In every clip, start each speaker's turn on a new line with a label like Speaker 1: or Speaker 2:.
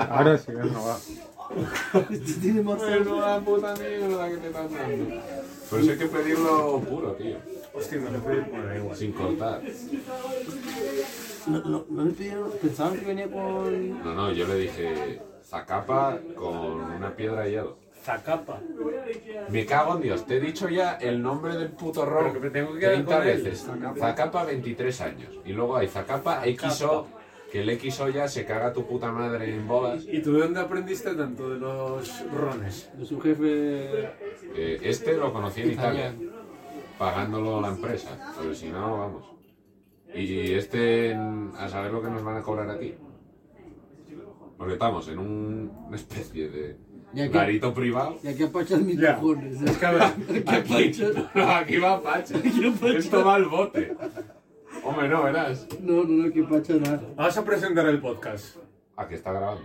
Speaker 1: Ahora sí, ya no va.
Speaker 2: Tiene más
Speaker 3: Bueno, la puta mierda que te están dando. Por eso hay que pedirlo puro, tío.
Speaker 1: Hostia, me lo pedí por ahí.
Speaker 3: Sin cortar.
Speaker 2: No, no, no le pidieron, pensaban que venía con.
Speaker 3: No, no, yo le dije Zacapa con una piedra y hielo.
Speaker 4: Zacapa.
Speaker 3: Me cago en Dios, te he dicho ya el nombre del puto rock
Speaker 4: Pero que me tengo que quedar
Speaker 3: 30
Speaker 4: con él.
Speaker 3: veces. Zacapa 23 años. Y luego hay Zacapa
Speaker 4: Zacapa.
Speaker 3: XO, que el XO ya se caga tu puta madre en bolas.
Speaker 4: ¿Y tú de dónde aprendiste tanto de los rones?
Speaker 2: de su jefe.
Speaker 3: Eh, este lo conocí en Italia, pagándolo la empresa, pero si no, vamos. Y este, en- a saber lo que nos van a cobrar aquí. Porque estamos en un- una especie
Speaker 2: Ya
Speaker 3: de
Speaker 2: que-
Speaker 3: garito privado.
Speaker 2: Y aquí apachas mis
Speaker 1: Ya.
Speaker 2: cojones.
Speaker 1: Es que a ver,
Speaker 3: Aquí, aquí va Pacha.
Speaker 2: Pacha.
Speaker 3: Esto va al bote. Hombre, no, verás.
Speaker 2: No, no, no, que pacha nada.
Speaker 1: vamos a presentar el podcast.
Speaker 3: Aquí Ah, está grabando.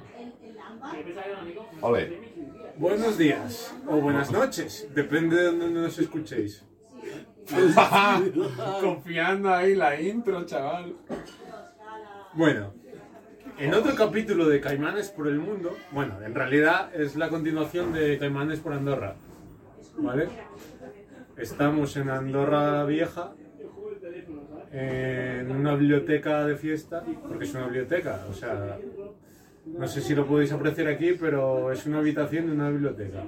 Speaker 3: Ole.
Speaker 1: Buenos días o buenas noches, depende de donde nos escuchéis.
Speaker 3: Confiando ahí la intro, chaval.
Speaker 1: Bueno, en otro capítulo de Caimanes por el Mundo, bueno, en realidad es la continuación de Caimanes por Andorra, ¿vale? Estamos en Andorra Vieja, en una biblioteca de fiesta, porque es una biblioteca, o sea, no sé si lo podéis apreciar aquí, pero es una habitación de una biblioteca.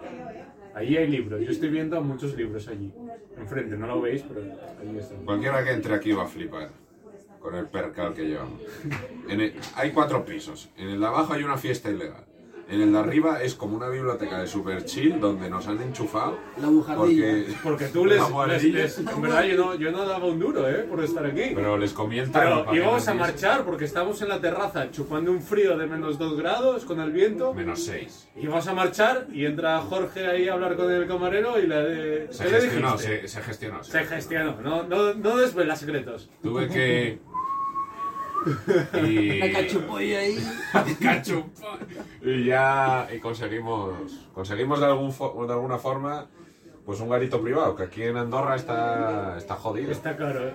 Speaker 1: Allí hay libros, yo estoy viendo muchos libros allí, enfrente, no lo veis, pero allí están.
Speaker 5: Cualquiera que entre aquí va a flipar con el percal que llevamos. En el- hay cuatro pisos. En el de abajo hay una fiesta ilegal. En el de arriba es como una biblioteca de super chill donde nos han enchufado.
Speaker 2: La bujardilla.
Speaker 5: Porque,
Speaker 1: Porque tú les,
Speaker 5: Una
Speaker 1: les-
Speaker 5: guardilla.
Speaker 1: les- En verdad, yo no, yo no daba un duro, ¿eh? Por estar aquí. Pero,
Speaker 3: Pero les comientan.
Speaker 1: íbamos a marchar porque estábamos en la terraza chupando un frío de menos 2 grados con el viento.
Speaker 3: Menos 6.
Speaker 1: Íbamos a marchar y entra Jorge ahí a hablar con el camarero y la de...
Speaker 3: Se
Speaker 1: ¿qué le
Speaker 3: gestionó,
Speaker 1: dijiste?
Speaker 3: se, se gestionó.
Speaker 1: Se gestionó. No, no, no desvela secretos.
Speaker 3: Tuve que. Y.
Speaker 2: La cachupolla ahí.
Speaker 3: Cachupa. Y ya y conseguimos, conseguimos de, algún fo- de alguna forma pues un garito privado, que aquí en Andorra está, está jodido.
Speaker 1: Está claro, ¿eh?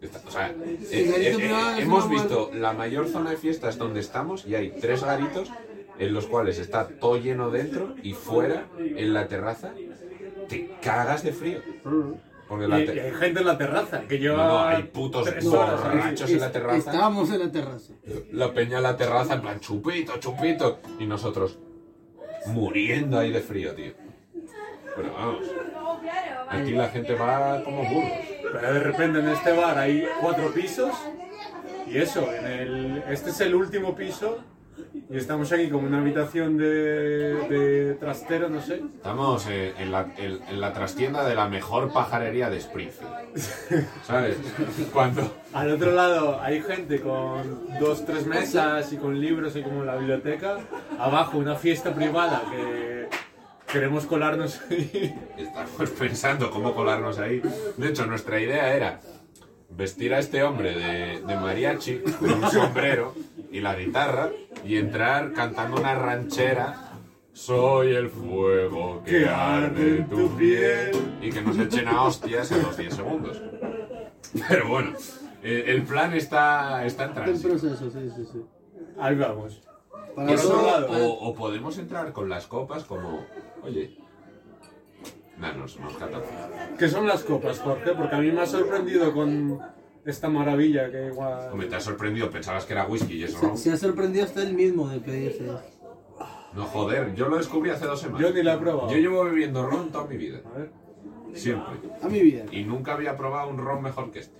Speaker 3: Está- o sea, eh,
Speaker 2: garito
Speaker 3: eh,
Speaker 2: privado es
Speaker 3: hemos
Speaker 2: una
Speaker 3: visto la mayor zona de fiestas donde estamos y hay tres garitos en los cuales está todo lleno dentro y fuera, en la terraza, te cagas de frío.
Speaker 2: Mm.
Speaker 3: Porque
Speaker 1: Y,
Speaker 3: la
Speaker 1: y hay
Speaker 3: te-
Speaker 1: gente en la terraza que
Speaker 3: no,
Speaker 1: lleva...
Speaker 3: no, hay putos
Speaker 1: tres horas ahí.
Speaker 3: borrachos en la terraza.
Speaker 2: Estábamos en la terraza.
Speaker 3: La peña en la terraza, en plan, chupito, chupito. Y nosotros, muriendo ahí de frío, tío. Pero vamos, aquí la gente va como burros.
Speaker 1: Pero de repente en este bar hay cuatro pisos y eso, en el, este es el último piso y estamos aquí como una habitación de, de trastero, no sé.
Speaker 3: Estamos eh, en, la, en- en la trastienda de la mejor pajarería de Springfield. ¿Sabes? Cuando...
Speaker 1: Al otro lado hay gente con dos, tres mesas y con libros y como la biblioteca. Abajo una fiesta privada que queremos colarnos ahí.
Speaker 3: Estamos pensando cómo colarnos ahí. De hecho, nuestra idea era vestir a este hombre de, de mariachi con un sombrero y la guitarra y entrar cantando una ranchera. Soy el fuego que arde en tu piel. Y que nos echen a hostias a los 10 segundos. Pero bueno, eh, el plan está, está en
Speaker 2: Está
Speaker 1: Ah,
Speaker 2: en
Speaker 3: tránsito.
Speaker 2: proceso, sí, sí, sí.
Speaker 1: Ahí vamos.
Speaker 2: Para
Speaker 3: Por
Speaker 1: Eso-
Speaker 3: otro
Speaker 2: todo,
Speaker 3: lado,
Speaker 2: para-
Speaker 3: o, o podemos entrar con las copas como, oye, danos, nos catapulta.
Speaker 1: ¿Qué son las copas, Jorge? Porque a mí me ha sorprendido con esta maravilla que igual...
Speaker 3: Hombre, te has sorprendido, pensabas que era whisky y eso
Speaker 2: se,
Speaker 3: no.
Speaker 2: se ha sorprendido hasta él mismo de pedirse.
Speaker 3: No, joder, yo lo descubrí hace dos semanas.
Speaker 1: Yo ni la he probado.
Speaker 3: Yo llevo bebiendo ron toda mi vida,
Speaker 1: A ver.
Speaker 3: siempre.
Speaker 2: A mi vida.
Speaker 3: Y nunca había probado un ron mejor que este.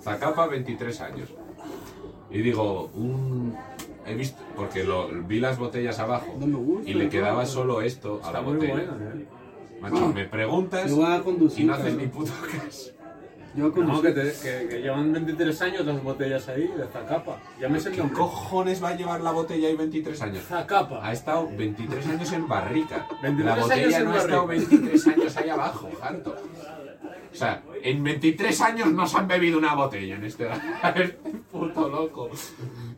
Speaker 3: Zacapa, 23 años. Y digo, un... He visto, porque lo, vi las botellas abajo
Speaker 2: No me gusta,
Speaker 3: y le
Speaker 2: no.
Speaker 3: quedaba solo esto a
Speaker 1: Está
Speaker 3: la
Speaker 1: muy
Speaker 3: botella.
Speaker 1: buena, ¿eh?
Speaker 3: Macho, me preguntas
Speaker 2: Lo va a
Speaker 3: y
Speaker 2: conducir.
Speaker 3: no haces
Speaker 2: cabrón.
Speaker 3: ni puto caso.
Speaker 2: Yo con
Speaker 1: No, que, te- que- que llevan 23 años las botellas ahí, de Zacapa. Ya me sé el
Speaker 3: ¿Quién
Speaker 1: nombre.
Speaker 3: cojones va a llevar la botella ahí 23 años? Ha
Speaker 1: Zacapa.
Speaker 3: estado 23 años en barrica.
Speaker 1: 23
Speaker 3: la
Speaker 1: años
Speaker 3: botella
Speaker 1: en
Speaker 3: no ha estado
Speaker 1: barrica.
Speaker 3: 23 años ahí abajo, harto. O sea, en 23 años no se han bebido una botella en este, este puto loco.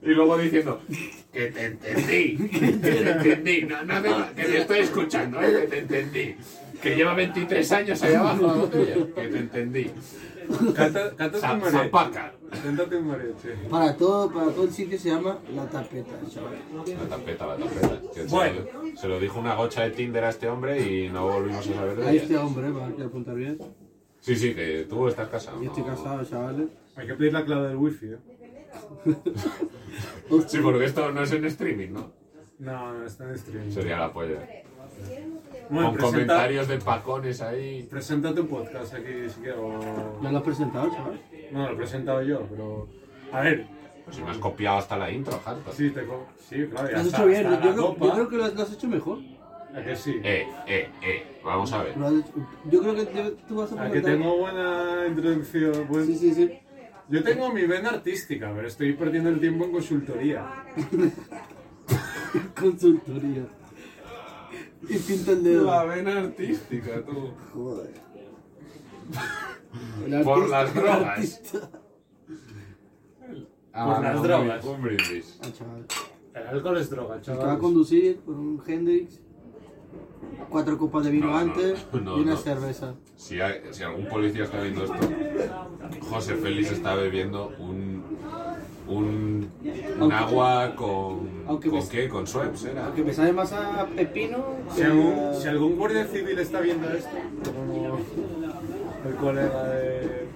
Speaker 3: Y luego diciendo, que te entendí, que te entendí, no, no me- que te estoy escuchando, eh, que te entendí. Que lleva 23 años ahí abajo la botella, que te entendí.
Speaker 1: Cata- Cátate un
Speaker 3: Zap-
Speaker 1: mariachi.
Speaker 3: Zapaca.
Speaker 1: Cántate un mariachi.
Speaker 2: Para todo, para todo el sitio se llama La Tapeta, chaval.
Speaker 3: La tapeta, la tapeta. Que se
Speaker 1: Bueno.
Speaker 3: lo- se lo dijo una gocha de Tinder a este hombre y no volvimos a saber de
Speaker 2: Ahí
Speaker 3: ella.
Speaker 2: este hombre, para que apunta bien.
Speaker 3: Sí, sí, que tú estás casado.
Speaker 2: Yo estoy
Speaker 3: ¿no?
Speaker 2: casado, chavales.
Speaker 1: Hay que pedir la clave del wifi, ¿eh?
Speaker 3: Sí, porque esto no es en streaming, ¿no?
Speaker 1: No, no, está en streaming.
Speaker 3: Sería la polla.
Speaker 1: Bueno,
Speaker 3: Con
Speaker 1: presenta-
Speaker 3: comentarios de pacones ahí.
Speaker 1: Presenta tu podcast aquí, si quieres. o-
Speaker 2: Ya lo has presentado, chaval.
Speaker 1: No, lo he presentado yo, pero... A ver,
Speaker 3: Pues si me has copiado hasta la intro, Harto.
Speaker 1: sí, te co- Sí, claro, ya
Speaker 2: Lo has
Speaker 1: está.
Speaker 2: hecho bien,
Speaker 1: hasta
Speaker 2: yo
Speaker 1: la
Speaker 2: creo, yo
Speaker 1: copa.
Speaker 2: creo que lo has, lo has hecho mejor.
Speaker 1: ¿A que sí?
Speaker 3: Eh, eh, eh. Vamos a ver.
Speaker 2: Lo has hecho- yo creo que te- tú vas a
Speaker 1: ¿A
Speaker 2: presentar.
Speaker 1: que tengo buena introducción? Buen-
Speaker 2: Sí, sí, sí.
Speaker 1: Yo tengo mi vena artística, pero estoy perdiendo el tiempo en consultoría.
Speaker 2: Consultoría. Y pinta el dedo.
Speaker 3: vena artística, tú.
Speaker 2: Joder.
Speaker 3: Por las drogas. Ah,
Speaker 1: Por las drogas.
Speaker 3: Un brindis.
Speaker 2: Ah, chaval.
Speaker 1: El alcohol es droga,
Speaker 2: El que va a
Speaker 1: chaval.
Speaker 2: conducir con un Hendrix, cuatro copas de vino
Speaker 3: No, no,
Speaker 2: antes
Speaker 3: no,
Speaker 2: y una
Speaker 3: no.
Speaker 2: cerveza.
Speaker 3: Si, hay- si algún policía está viendo esto, José Félix está bebiendo un. un. un
Speaker 2: Aunque-
Speaker 3: agua con.
Speaker 2: aunque
Speaker 3: ¿Con
Speaker 2: me-
Speaker 3: qué? Con Schweppes, era.
Speaker 2: Aunque me sabe más a pepino.
Speaker 1: Si algún, si algún guardia civil está viendo esto, como el colega de...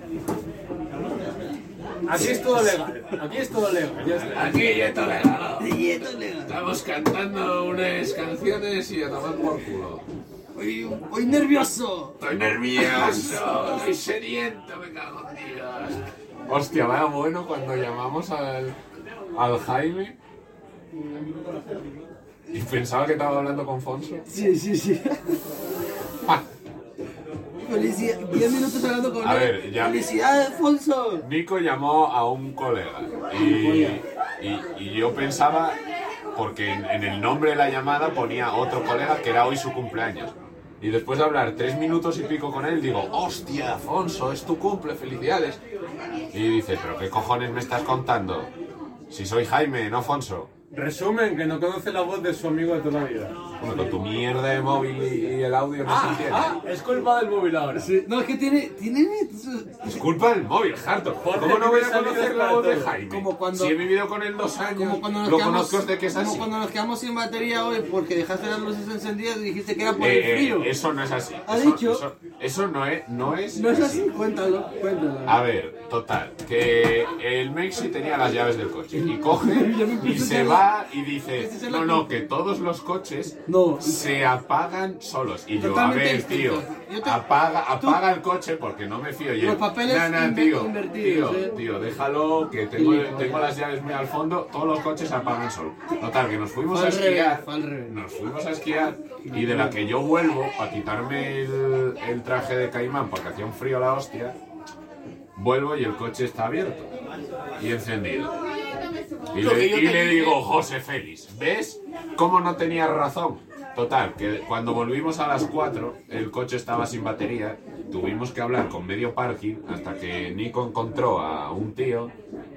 Speaker 1: Aquí es todo legal, aquí es todo legal, ya está.
Speaker 3: Aquí ya tolerado. Estamos cantando unas canciones y a tomar por culo.
Speaker 2: Hoy, hoy nervioso.
Speaker 3: Estoy nervioso, estoy sediento, me cago en Dios. Hostia, vaya bueno cuando llamamos al, al Jaime. Y pensaba que estaba hablando con Fonso.
Speaker 2: Sí, sí, sí.
Speaker 3: Ah,
Speaker 2: Policía, 10 minutos hablando con
Speaker 3: A
Speaker 2: él.
Speaker 3: ver, ya.
Speaker 2: ¡Felicidades, Alfonso!
Speaker 3: Nico llamó a un colega y, y- y yo pensaba, porque en, en el nombre de la llamada ponía otro colega que era hoy su cumpleaños. Y después de hablar tres minutos y pico con él, digo, hostia, Afonso, es tu cumple, felicidades. Y dice, pero ¿qué cojones me estás contando? Si soy Jaime, no Afonso.
Speaker 1: Resumen, que no conoce la voz de su amigo de toda la vida.
Speaker 3: Bueno, con tu mierda de móvil y, y el audio no se entiende.
Speaker 1: Ah, es culpa del móvil ahora.
Speaker 2: Sí, No, es que tiene. tiene su-
Speaker 3: Es culpa del móvil, harto.
Speaker 1: Jorge,
Speaker 3: ¿Cómo no voy a
Speaker 1: tienes
Speaker 3: conocer
Speaker 1: amigos
Speaker 3: la
Speaker 1: para
Speaker 3: voz de
Speaker 1: todo.
Speaker 3: Jaime?
Speaker 2: Como cuando-
Speaker 3: si he vivido con él dos años,
Speaker 2: Como cuando nos
Speaker 3: lo
Speaker 2: quedamos,
Speaker 3: conozco desde que es
Speaker 2: como
Speaker 3: así.
Speaker 2: cuando nos quedamos sin batería hoy porque dejaste las luces encendidas y dijiste que era por
Speaker 3: Eh,
Speaker 2: el frío.
Speaker 3: eh, eso no es así.
Speaker 2: Ha
Speaker 3: eso,
Speaker 2: dicho-
Speaker 3: Eso, eso no es, no es
Speaker 2: no es
Speaker 3: así.
Speaker 2: así, cuéntalo, cuéntalo.
Speaker 3: A ver, total, que el Mexi tenía las llaves del coche y coge
Speaker 2: Ya me empiezo
Speaker 3: y se
Speaker 2: a-
Speaker 3: va y dice,
Speaker 2: empiezo a-
Speaker 3: no, no, que todos los coches
Speaker 2: No.
Speaker 3: se apagan solos. Y yo, a
Speaker 2: Totalmente
Speaker 3: ver, tío,
Speaker 2: distinto. Yo te-
Speaker 3: apaga,
Speaker 2: tú-
Speaker 3: apaga el coche porque no me fío. Y
Speaker 2: Los
Speaker 3: él,
Speaker 2: papeles
Speaker 3: "Na, na,
Speaker 2: inver-
Speaker 3: tío,
Speaker 2: invertidos,
Speaker 3: tío,
Speaker 2: eh".
Speaker 3: tío, déjalo, que tengo,
Speaker 2: Sí,
Speaker 3: tengo las llaves muy al fondo, todos los coches se apagan solos. Total, que nos fuimos
Speaker 2: Fue
Speaker 3: a
Speaker 2: al revés,
Speaker 3: esquiar,
Speaker 2: fue al revés.
Speaker 3: nos fuimos a esquiar y de la que yo vuelvo para quitarme el, el traje de caimán porque hacía un frío la hostia, vuelvo y el coche está abierto y encendido. Y le, y le digo, José Félix, ¿ves cómo no tenías razón? Total, que cuando volvimos a las 4, el coche estaba sin batería, tuvimos que hablar con medio parking hasta que Nico encontró a un tío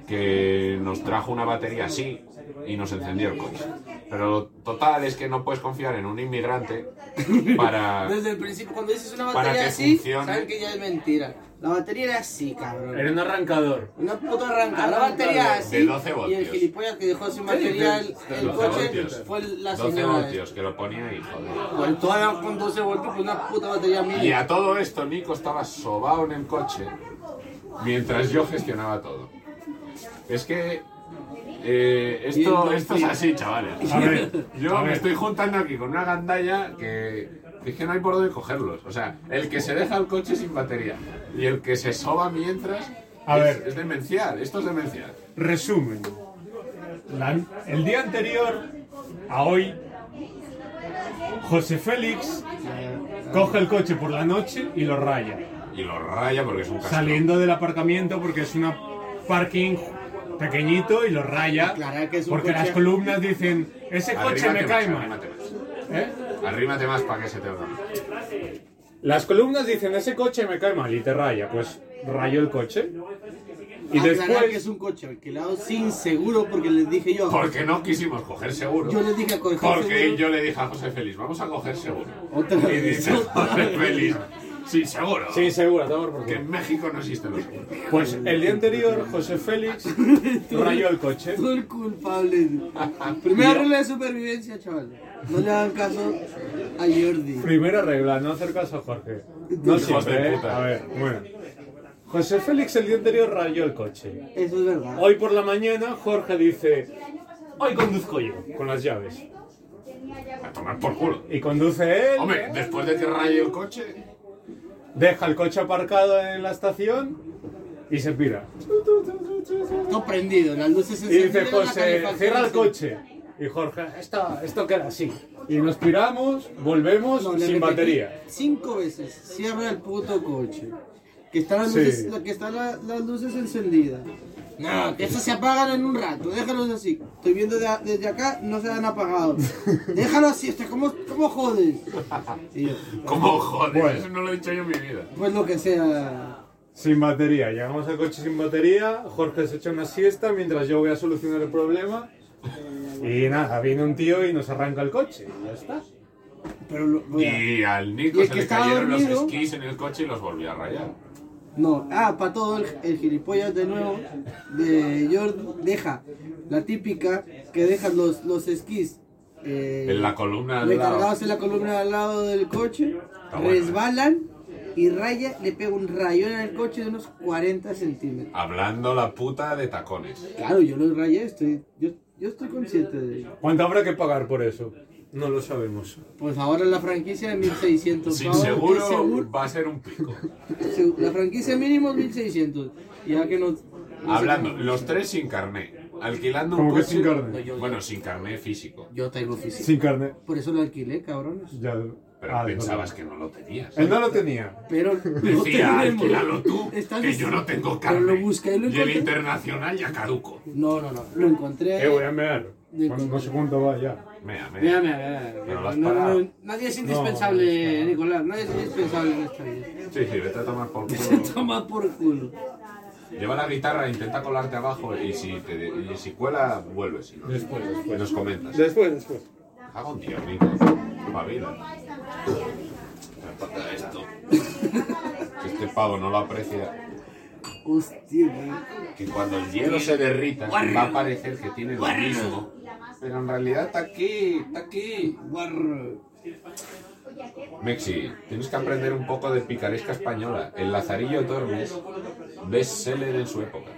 Speaker 3: que nos trajo una batería así y nos encendió el coche. Pero total es que no puedes confiar en un inmigrante para...
Speaker 2: Desde el principio, cuando dices una
Speaker 3: Para
Speaker 2: batería
Speaker 3: que
Speaker 2: así,
Speaker 3: funcione. Eh,
Speaker 2: saben que ya es mentira. La batería era así,
Speaker 1: Era
Speaker 2: cabrón.
Speaker 1: un arrancador.
Speaker 2: Una puta arranca. La
Speaker 1: Arrancador.
Speaker 2: batería así.
Speaker 3: De 12
Speaker 2: Y el
Speaker 3: voltios.
Speaker 2: gilipollas que dejó sin batería el,
Speaker 1: de
Speaker 2: el
Speaker 3: 12
Speaker 2: coche
Speaker 3: voltios.
Speaker 2: fue la
Speaker 3: 12
Speaker 2: señora.
Speaker 3: voltios, que lo ponía ahí, joder.
Speaker 2: Con toda la- con 12 voltios, pues una puta batería
Speaker 3: Y
Speaker 2: mía.
Speaker 3: a todo esto, Nico estaba sobado en el coche mientras yo gestionaba todo. Es que eh, esto,
Speaker 2: Bien,
Speaker 3: esto es
Speaker 2: bien.
Speaker 3: así, chavales.
Speaker 1: A ver,
Speaker 3: Yo
Speaker 1: a
Speaker 3: me
Speaker 1: ver.
Speaker 3: estoy juntando aquí con una gandalla que es que no hay por dónde cogerlos. O sea, el que se deja el coche sin batería y el que se soba mientras
Speaker 4: A
Speaker 3: es,
Speaker 4: ver.
Speaker 3: es demencial. Esto es demencial.
Speaker 4: Resumen. La- el día anterior a hoy, José Félix coge el coche por la noche y lo raya.
Speaker 3: y lo raya porque es un casino.
Speaker 6: saliendo del aparcamiento porque es una parking pequeñito y lo raya.
Speaker 2: Aclarar que es un
Speaker 6: porque
Speaker 2: coche-
Speaker 6: las columnas dicen, ese coche me
Speaker 3: Arrímate
Speaker 6: cae
Speaker 3: más,
Speaker 6: mal.
Speaker 3: arrímate más.
Speaker 6: ¿Eh?
Speaker 3: Arrímate más para que se te oiga.
Speaker 1: Las columnas dicen, ese coche me cae mal y te raya. Pues rayo el coche. Y
Speaker 2: Aclarar que es
Speaker 1: después...
Speaker 2: un coche alquilado sin seguro porque les dije yo.
Speaker 3: Porque no quisimos coger seguro.
Speaker 2: Yo les dije a coger
Speaker 3: Porque
Speaker 2: seguro.
Speaker 3: yo le dije a José Feliz, vamos a coger seguro.
Speaker 2: Otra
Speaker 3: Y
Speaker 2: vez.
Speaker 3: dice José Feliz, sin seguro.
Speaker 1: Sí, seguro, toma por
Speaker 3: Que
Speaker 1: culo.
Speaker 3: en México no existen los seguros.
Speaker 1: Pues el día anterior, José Félix rayó el coche.
Speaker 2: Tú el culpable. Primera regla de supervivencia, chaval. No le hagan caso a Jordi.
Speaker 1: Primera regla, no hacer caso a Jorge. No
Speaker 3: Hijos de
Speaker 1: siempre, ¿eh?
Speaker 3: puta.
Speaker 1: A ver, bueno. José Félix el día anterior rayó el coche.
Speaker 2: Eso es verdad.
Speaker 1: Hoy por la mañana Jorge dice, hoy conduzco yo, con las llaves.
Speaker 3: A tomar por culo.
Speaker 1: Y conduce él,
Speaker 3: Hombre, después de que raye el coche,
Speaker 1: deja el coche aparcado en la estación y se pira.
Speaker 2: Todo prendido, las luces
Speaker 1: Y dice
Speaker 2: encendidas. la
Speaker 1: José,
Speaker 2: calefacción
Speaker 1: cierra el
Speaker 2: encendida.
Speaker 1: coche. Y Jorge, esto, esto queda así. Y nos piramos, volvemos
Speaker 2: No, le
Speaker 1: sin
Speaker 2: repetí
Speaker 1: batería.
Speaker 2: Cinco veces. Cierra el puto coche. Que están las
Speaker 1: Sí.
Speaker 2: luces, la- que están la- las luces encendidas. No, que esas se apagan en un rato. Déjalos así. Estoy viendo de- desde acá, no se han apagado. Déjalo así, este, ¿cómo, cómo jodes? Y yo,
Speaker 3: ¿cómo joder? Eso no lo he dicho yo en mi vida.
Speaker 2: pues lo que sea.
Speaker 1: Sin batería, llegamos al coche sin batería, Jorge se echa una siesta mientras yo voy a solucionar el problema. Y nada, viene un tío y nos arranca el coche y ya está.
Speaker 2: Pero lo- voy a-
Speaker 3: Y al
Speaker 2: Y
Speaker 3: Nico
Speaker 2: el
Speaker 3: se
Speaker 2: que
Speaker 3: le
Speaker 2: estaba
Speaker 3: cayeron los
Speaker 2: dormido-
Speaker 3: esquís en el coche y los volvió a rayar.
Speaker 2: No, ah, para todo el, el gilipollas de nuevo de Jordi deja la típica que deja los, los esquís eh,
Speaker 3: En la columna de
Speaker 2: recargados
Speaker 3: lado.
Speaker 2: en la columna al lado del coche,
Speaker 3: bueno.
Speaker 2: resbalan y raya, le pega un rayón al coche de unos 40 centímetros.
Speaker 3: Hablando la puta de tacones.
Speaker 2: Claro, yo lo rayé, estoy, yo, yo estoy consciente de ello.
Speaker 1: ¿Cuánto habrá que pagar por eso? No lo sabemos.
Speaker 2: Pues ahora la franquicia de 1600
Speaker 3: Sin
Speaker 2: pavos, que
Speaker 3: seguro
Speaker 2: Pues seguro-
Speaker 3: va a ser un pico.
Speaker 2: segu- la franquicia mínimo es 1600, ya que no... no sé
Speaker 3: Hablando,
Speaker 2: cómo-
Speaker 3: los tres sin carné. Alquilando un
Speaker 1: ¿Cómo que
Speaker 3: coche.
Speaker 1: sin carné?
Speaker 2: yo-
Speaker 3: Bueno, sin carné físico.
Speaker 2: Yo tengo físico.
Speaker 1: Sin carne.
Speaker 2: Por eso lo alquilé, cabrones.
Speaker 1: Ya.
Speaker 3: Pero
Speaker 1: Ah,
Speaker 3: pensabas
Speaker 1: no.
Speaker 3: que no lo tenías.
Speaker 1: Él no lo tenía.
Speaker 2: Pero lo
Speaker 3: Decía,
Speaker 2: tenemos.
Speaker 3: alquilalo tú,
Speaker 2: Está
Speaker 3: que
Speaker 2: listo.
Speaker 3: yo no tengo
Speaker 2: Pero
Speaker 3: carne.
Speaker 2: lo busqué y lo
Speaker 3: el
Speaker 2: encontré.
Speaker 3: internacional ya caduco.
Speaker 2: No, no, no. Lo encontré.
Speaker 1: Eh, voy a mear.
Speaker 2: De-
Speaker 1: Bueno, no sé cuánto va ya.
Speaker 3: Mea, mea.
Speaker 2: Mira, mira, mira,
Speaker 3: Pero lo
Speaker 2: mira.
Speaker 3: has
Speaker 2: No, no,
Speaker 3: parado.
Speaker 2: no. Nadie es indispensable, Nicolás. Nadie es indispensable en esta vida.
Speaker 3: Sí, sí, vete a tomar por
Speaker 2: Se
Speaker 3: culo.
Speaker 2: toma por culo.
Speaker 3: Lleva la guitarra, intenta colarte abajo y si, te, y si cuela, vuelves. si no,
Speaker 1: Después, después.
Speaker 3: Nos comentas.
Speaker 1: Después, después.
Speaker 3: Haga un tío, Nico. Pa' vida. Me toca esto. Este pavo no lo aprecia.
Speaker 2: Hostia, man.
Speaker 3: Que cuando el hielo se derrita, va a parecer que tiene lo mismo. Pero en realidad está aquí, está aquí.
Speaker 2: guarro.
Speaker 3: Mexi, tienes que aprender un poco de picaresca española. El Lazarillo Tormes, bestseller en su época.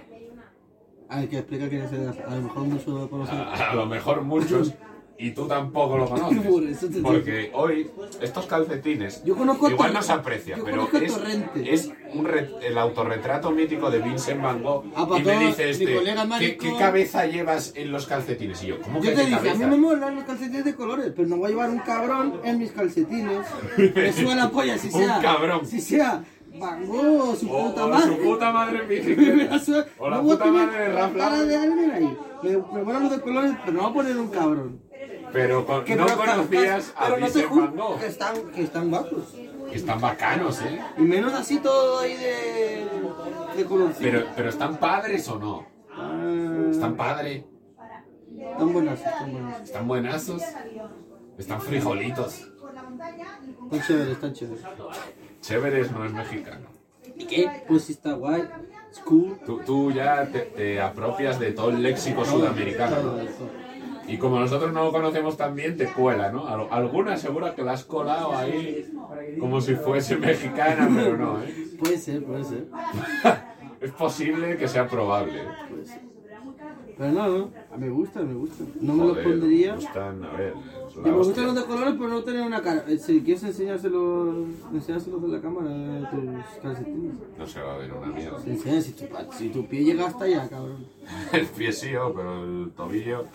Speaker 2: Hay que explicar quién es el A lo mejor muchos lo conocen.
Speaker 3: A, a lo mejor muchos y tú tampoco lo conoces.
Speaker 2: Por eso te digo.
Speaker 3: porque hoy estos calcetines
Speaker 2: Yo conozco a
Speaker 3: igual
Speaker 2: Torre-
Speaker 3: no se aprecia,
Speaker 2: yo
Speaker 3: pero
Speaker 2: conozco a
Speaker 3: es,
Speaker 2: Torrente.
Speaker 3: es un re- el autorretrato mítico de Vincent Van Gogh.
Speaker 2: Ah, pa'
Speaker 3: y me
Speaker 2: todo,
Speaker 3: dice
Speaker 2: mi
Speaker 3: este,
Speaker 2: colega
Speaker 3: ¿qué,
Speaker 2: Marico-
Speaker 3: qué cabeza llevas en los calcetines? Y yo, ¿cómo que
Speaker 2: Yo te
Speaker 3: qué
Speaker 2: dije, a mí
Speaker 3: cabeza?
Speaker 2: me molan los calcetines de colores, pero no voy a llevar un cabrón en mis calcetines. Me suena la polla, si
Speaker 3: Un
Speaker 2: sea.
Speaker 3: cabrón.
Speaker 2: Si sea Van Gogh o su
Speaker 3: O-
Speaker 2: puta
Speaker 3: o
Speaker 2: madre.
Speaker 3: Oh, su puta madre
Speaker 2: Me
Speaker 3: virgen.
Speaker 2: la suda-
Speaker 3: O la
Speaker 2: no voy a
Speaker 3: puta
Speaker 2: tener
Speaker 3: madre de
Speaker 2: la
Speaker 3: Ralph
Speaker 2: cara
Speaker 3: Lauren.
Speaker 2: de alguien ahí. Me, me molan los de colores, pero no voy a poner un cabrón.
Speaker 3: Pero con-
Speaker 2: Que
Speaker 3: no
Speaker 2: pero-
Speaker 3: conocías a
Speaker 2: pero no se
Speaker 3: Vincent
Speaker 2: jun-
Speaker 3: Van Gogh.
Speaker 2: que están, que están guapos.
Speaker 3: Que están bacanos, ¿eh?
Speaker 2: Y menos así todo ahí de, de colorcito.
Speaker 3: Pero, pero ¿están padres o no?
Speaker 2: Ah,
Speaker 3: ¿Están padres?
Speaker 2: están buenas, están buenas.
Speaker 3: ¿Están buenazos? ¿Están frijolitos?
Speaker 2: Están chéveres, están chéveres.
Speaker 3: Chéveres no es mexicano.
Speaker 2: ¿Y qué? Pues sí está guay. Es cool.
Speaker 3: Tú, tú ya te, te apropias de todo el léxico sudamericano.
Speaker 2: Todo
Speaker 3: ¿no?
Speaker 2: eso.
Speaker 3: Y como nosotros no lo conocemos tan bien, te cuela, ¿no? Al- Alguna segura que la has colado ahí como si fuese mexicana, pero no, ¿eh?
Speaker 2: Puede ser, puede ser.
Speaker 3: Es posible que sea probable. ¿eh?
Speaker 2: Pero no, no. Ah, Me gusta, me gusta. No me lo
Speaker 3: Joder,
Speaker 2: pondría.
Speaker 3: me gustan, a ver, es la
Speaker 2: Que me
Speaker 3: hostia.
Speaker 2: gustan los de colores, pero no tener una cara. Eh, Si quieres enseñárselo, enseñárselos en la cámara eh, tus calcetines.
Speaker 3: No se va a ver una mierda.
Speaker 2: Te enseñas si tu, pa- si tu pie llega hasta allá, cabrón.
Speaker 3: El pie sí, oh, pero el tobillo.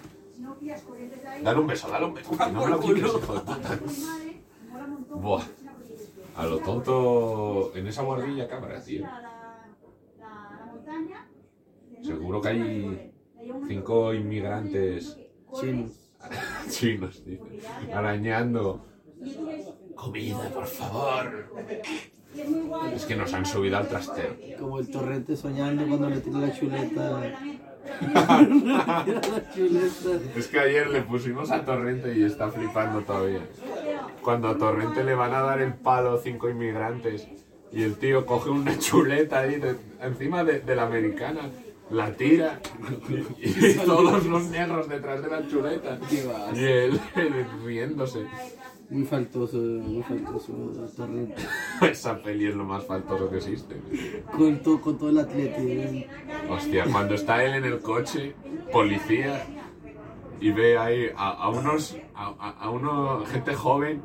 Speaker 3: Dale un beso, dale un beso. que no me lo quites, hijo de puta. Buah. a lo tonto en esa guardilla cámara, tío. Seguro que hay cinco inmigrantes
Speaker 2: Chinos.
Speaker 3: chinos, tío, arañando. Comida, por favor. Es que nos han subido al trastero. tío.
Speaker 2: Como el torrente soñando cuando le tira la chuleta. Tira la chuleta.
Speaker 3: Es que ayer le pusimos a Torrente y está flipando todavía. Cuando a Torrente le van a dar el palo cinco inmigrantes y el tío coge una chuleta ahí de- encima de, de la americana, la tira y, y todos los negros detrás de la chuleta.
Speaker 2: Qué vas.
Speaker 3: Y él, él riéndose.
Speaker 2: Muy faltoso, muy faltoso el torrente.
Speaker 3: Esa peli es lo más faltoso que existe.
Speaker 2: Con, to- con todo el ¿eh? atleti.
Speaker 3: Hostia, cuando está él en el coche, policía, y ve ahí a, a unos, a, a, a uno- gente joven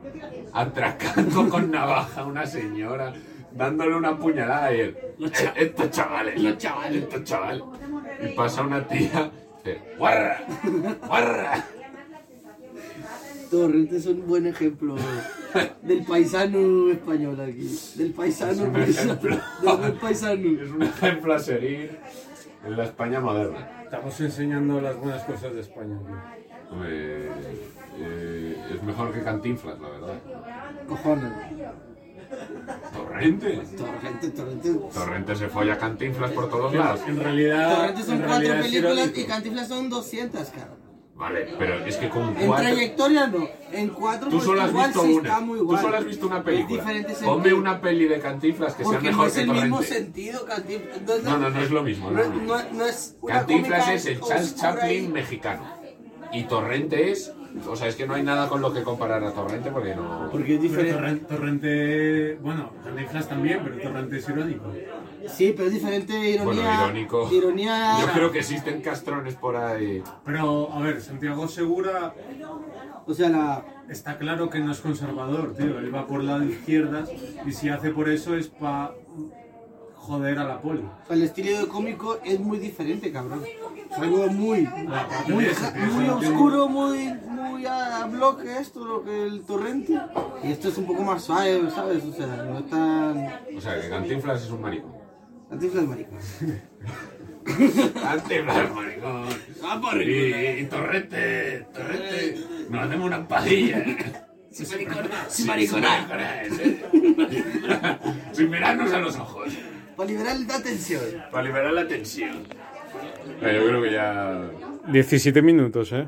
Speaker 3: atracando con navaja a una señora, dándole una puñalada y él, "Eh, estos chavales, los chavales, estos chavales. Y pasa una tía, dice, guarra, guarra.
Speaker 2: Torrente es un buen ejemplo del paisano español aquí. Del
Speaker 3: Es
Speaker 2: paisano
Speaker 3: un
Speaker 2: paisano.
Speaker 3: ejemplo.
Speaker 2: Del buen paisano.
Speaker 3: Es un ejemplo a seguir en la España moderna.
Speaker 1: Estamos enseñando las buenas cosas de España. tío.
Speaker 3: Hombre, eh, es mejor que Cantinflas, la verdad.
Speaker 2: Cojones.
Speaker 3: Torrente.
Speaker 2: Torrente, torrente.
Speaker 3: Torrente se folla cantinflas por todos lados.
Speaker 1: En realidad,
Speaker 2: Torrente son
Speaker 1: en
Speaker 2: cuatro
Speaker 1: realidad es
Speaker 2: películas y
Speaker 1: irónico.
Speaker 2: Cantinflas son 200, cara.
Speaker 3: Vale, pero es que con
Speaker 2: En
Speaker 3: cuatro.
Speaker 2: trayectoria no, en cuatro
Speaker 3: Tú
Speaker 2: pues,
Speaker 3: solo has
Speaker 2: igual
Speaker 3: visto
Speaker 2: sí está
Speaker 3: una.
Speaker 2: muy
Speaker 3: Tú
Speaker 2: guay.
Speaker 3: solo has visto una
Speaker 2: Es
Speaker 3: película.
Speaker 2: diferente
Speaker 3: Ponme
Speaker 2: sentido.
Speaker 3: una peli de cantinflas que sea
Speaker 2: Porque
Speaker 3: mejor
Speaker 2: no es
Speaker 3: que
Speaker 2: el mismo
Speaker 3: Torrente.
Speaker 2: sentido, Cantinflas. Entonces,
Speaker 3: No, no, no es lo mismo. no
Speaker 2: no,
Speaker 3: es lo mismo.
Speaker 2: no- no es una
Speaker 3: Cantinflas
Speaker 2: cómica
Speaker 3: es el Charles
Speaker 2: oscura
Speaker 3: Chaplin
Speaker 2: y-
Speaker 3: mexicano. Y Torrente es. O sea, es que no hay nada con lo que comparar a Torrente porque no.
Speaker 2: Porque es
Speaker 1: Pero
Speaker 2: diferente.
Speaker 1: Torren- Torrente, bueno, Cantinflas también, pero Torrente es irónico.
Speaker 2: Sí, pero es diferente ironía.
Speaker 3: Bueno, irónico.
Speaker 2: Ironía.
Speaker 3: Yo creo que existen castrones por ahí.
Speaker 1: Pero, a ver, Santiago Segura
Speaker 2: O sea, la.
Speaker 1: está claro que no es conservador, tío. Él va por la izquierda y si hace por eso es para joder a la poli.
Speaker 2: El estilo de cómico es muy diferente, cabrón. Es algo muy,
Speaker 1: aparte
Speaker 2: muy,
Speaker 1: de eso, tío,
Speaker 2: muy
Speaker 1: eso no tiene-
Speaker 2: oscuro, muy, muy a, a bloque esto, lo que el torrente. Y esto es un poco más suave, ¿sabes? O sea, no es tan...
Speaker 3: O sea, que Cantinflas es un maricón.
Speaker 2: Cantinflas maricón.
Speaker 3: Cantinflas, maricón. Y, y Torrente, Torrente. Nos hacemos unas pajillas.
Speaker 2: Sí, maricón.
Speaker 3: Eh. Sin mariconar. Sin mirarnos a los ojos.
Speaker 2: Para liberar la tensión.
Speaker 3: Para liberar la tensión. Yo creo que ya.
Speaker 4: 17 minutos, ¿eh?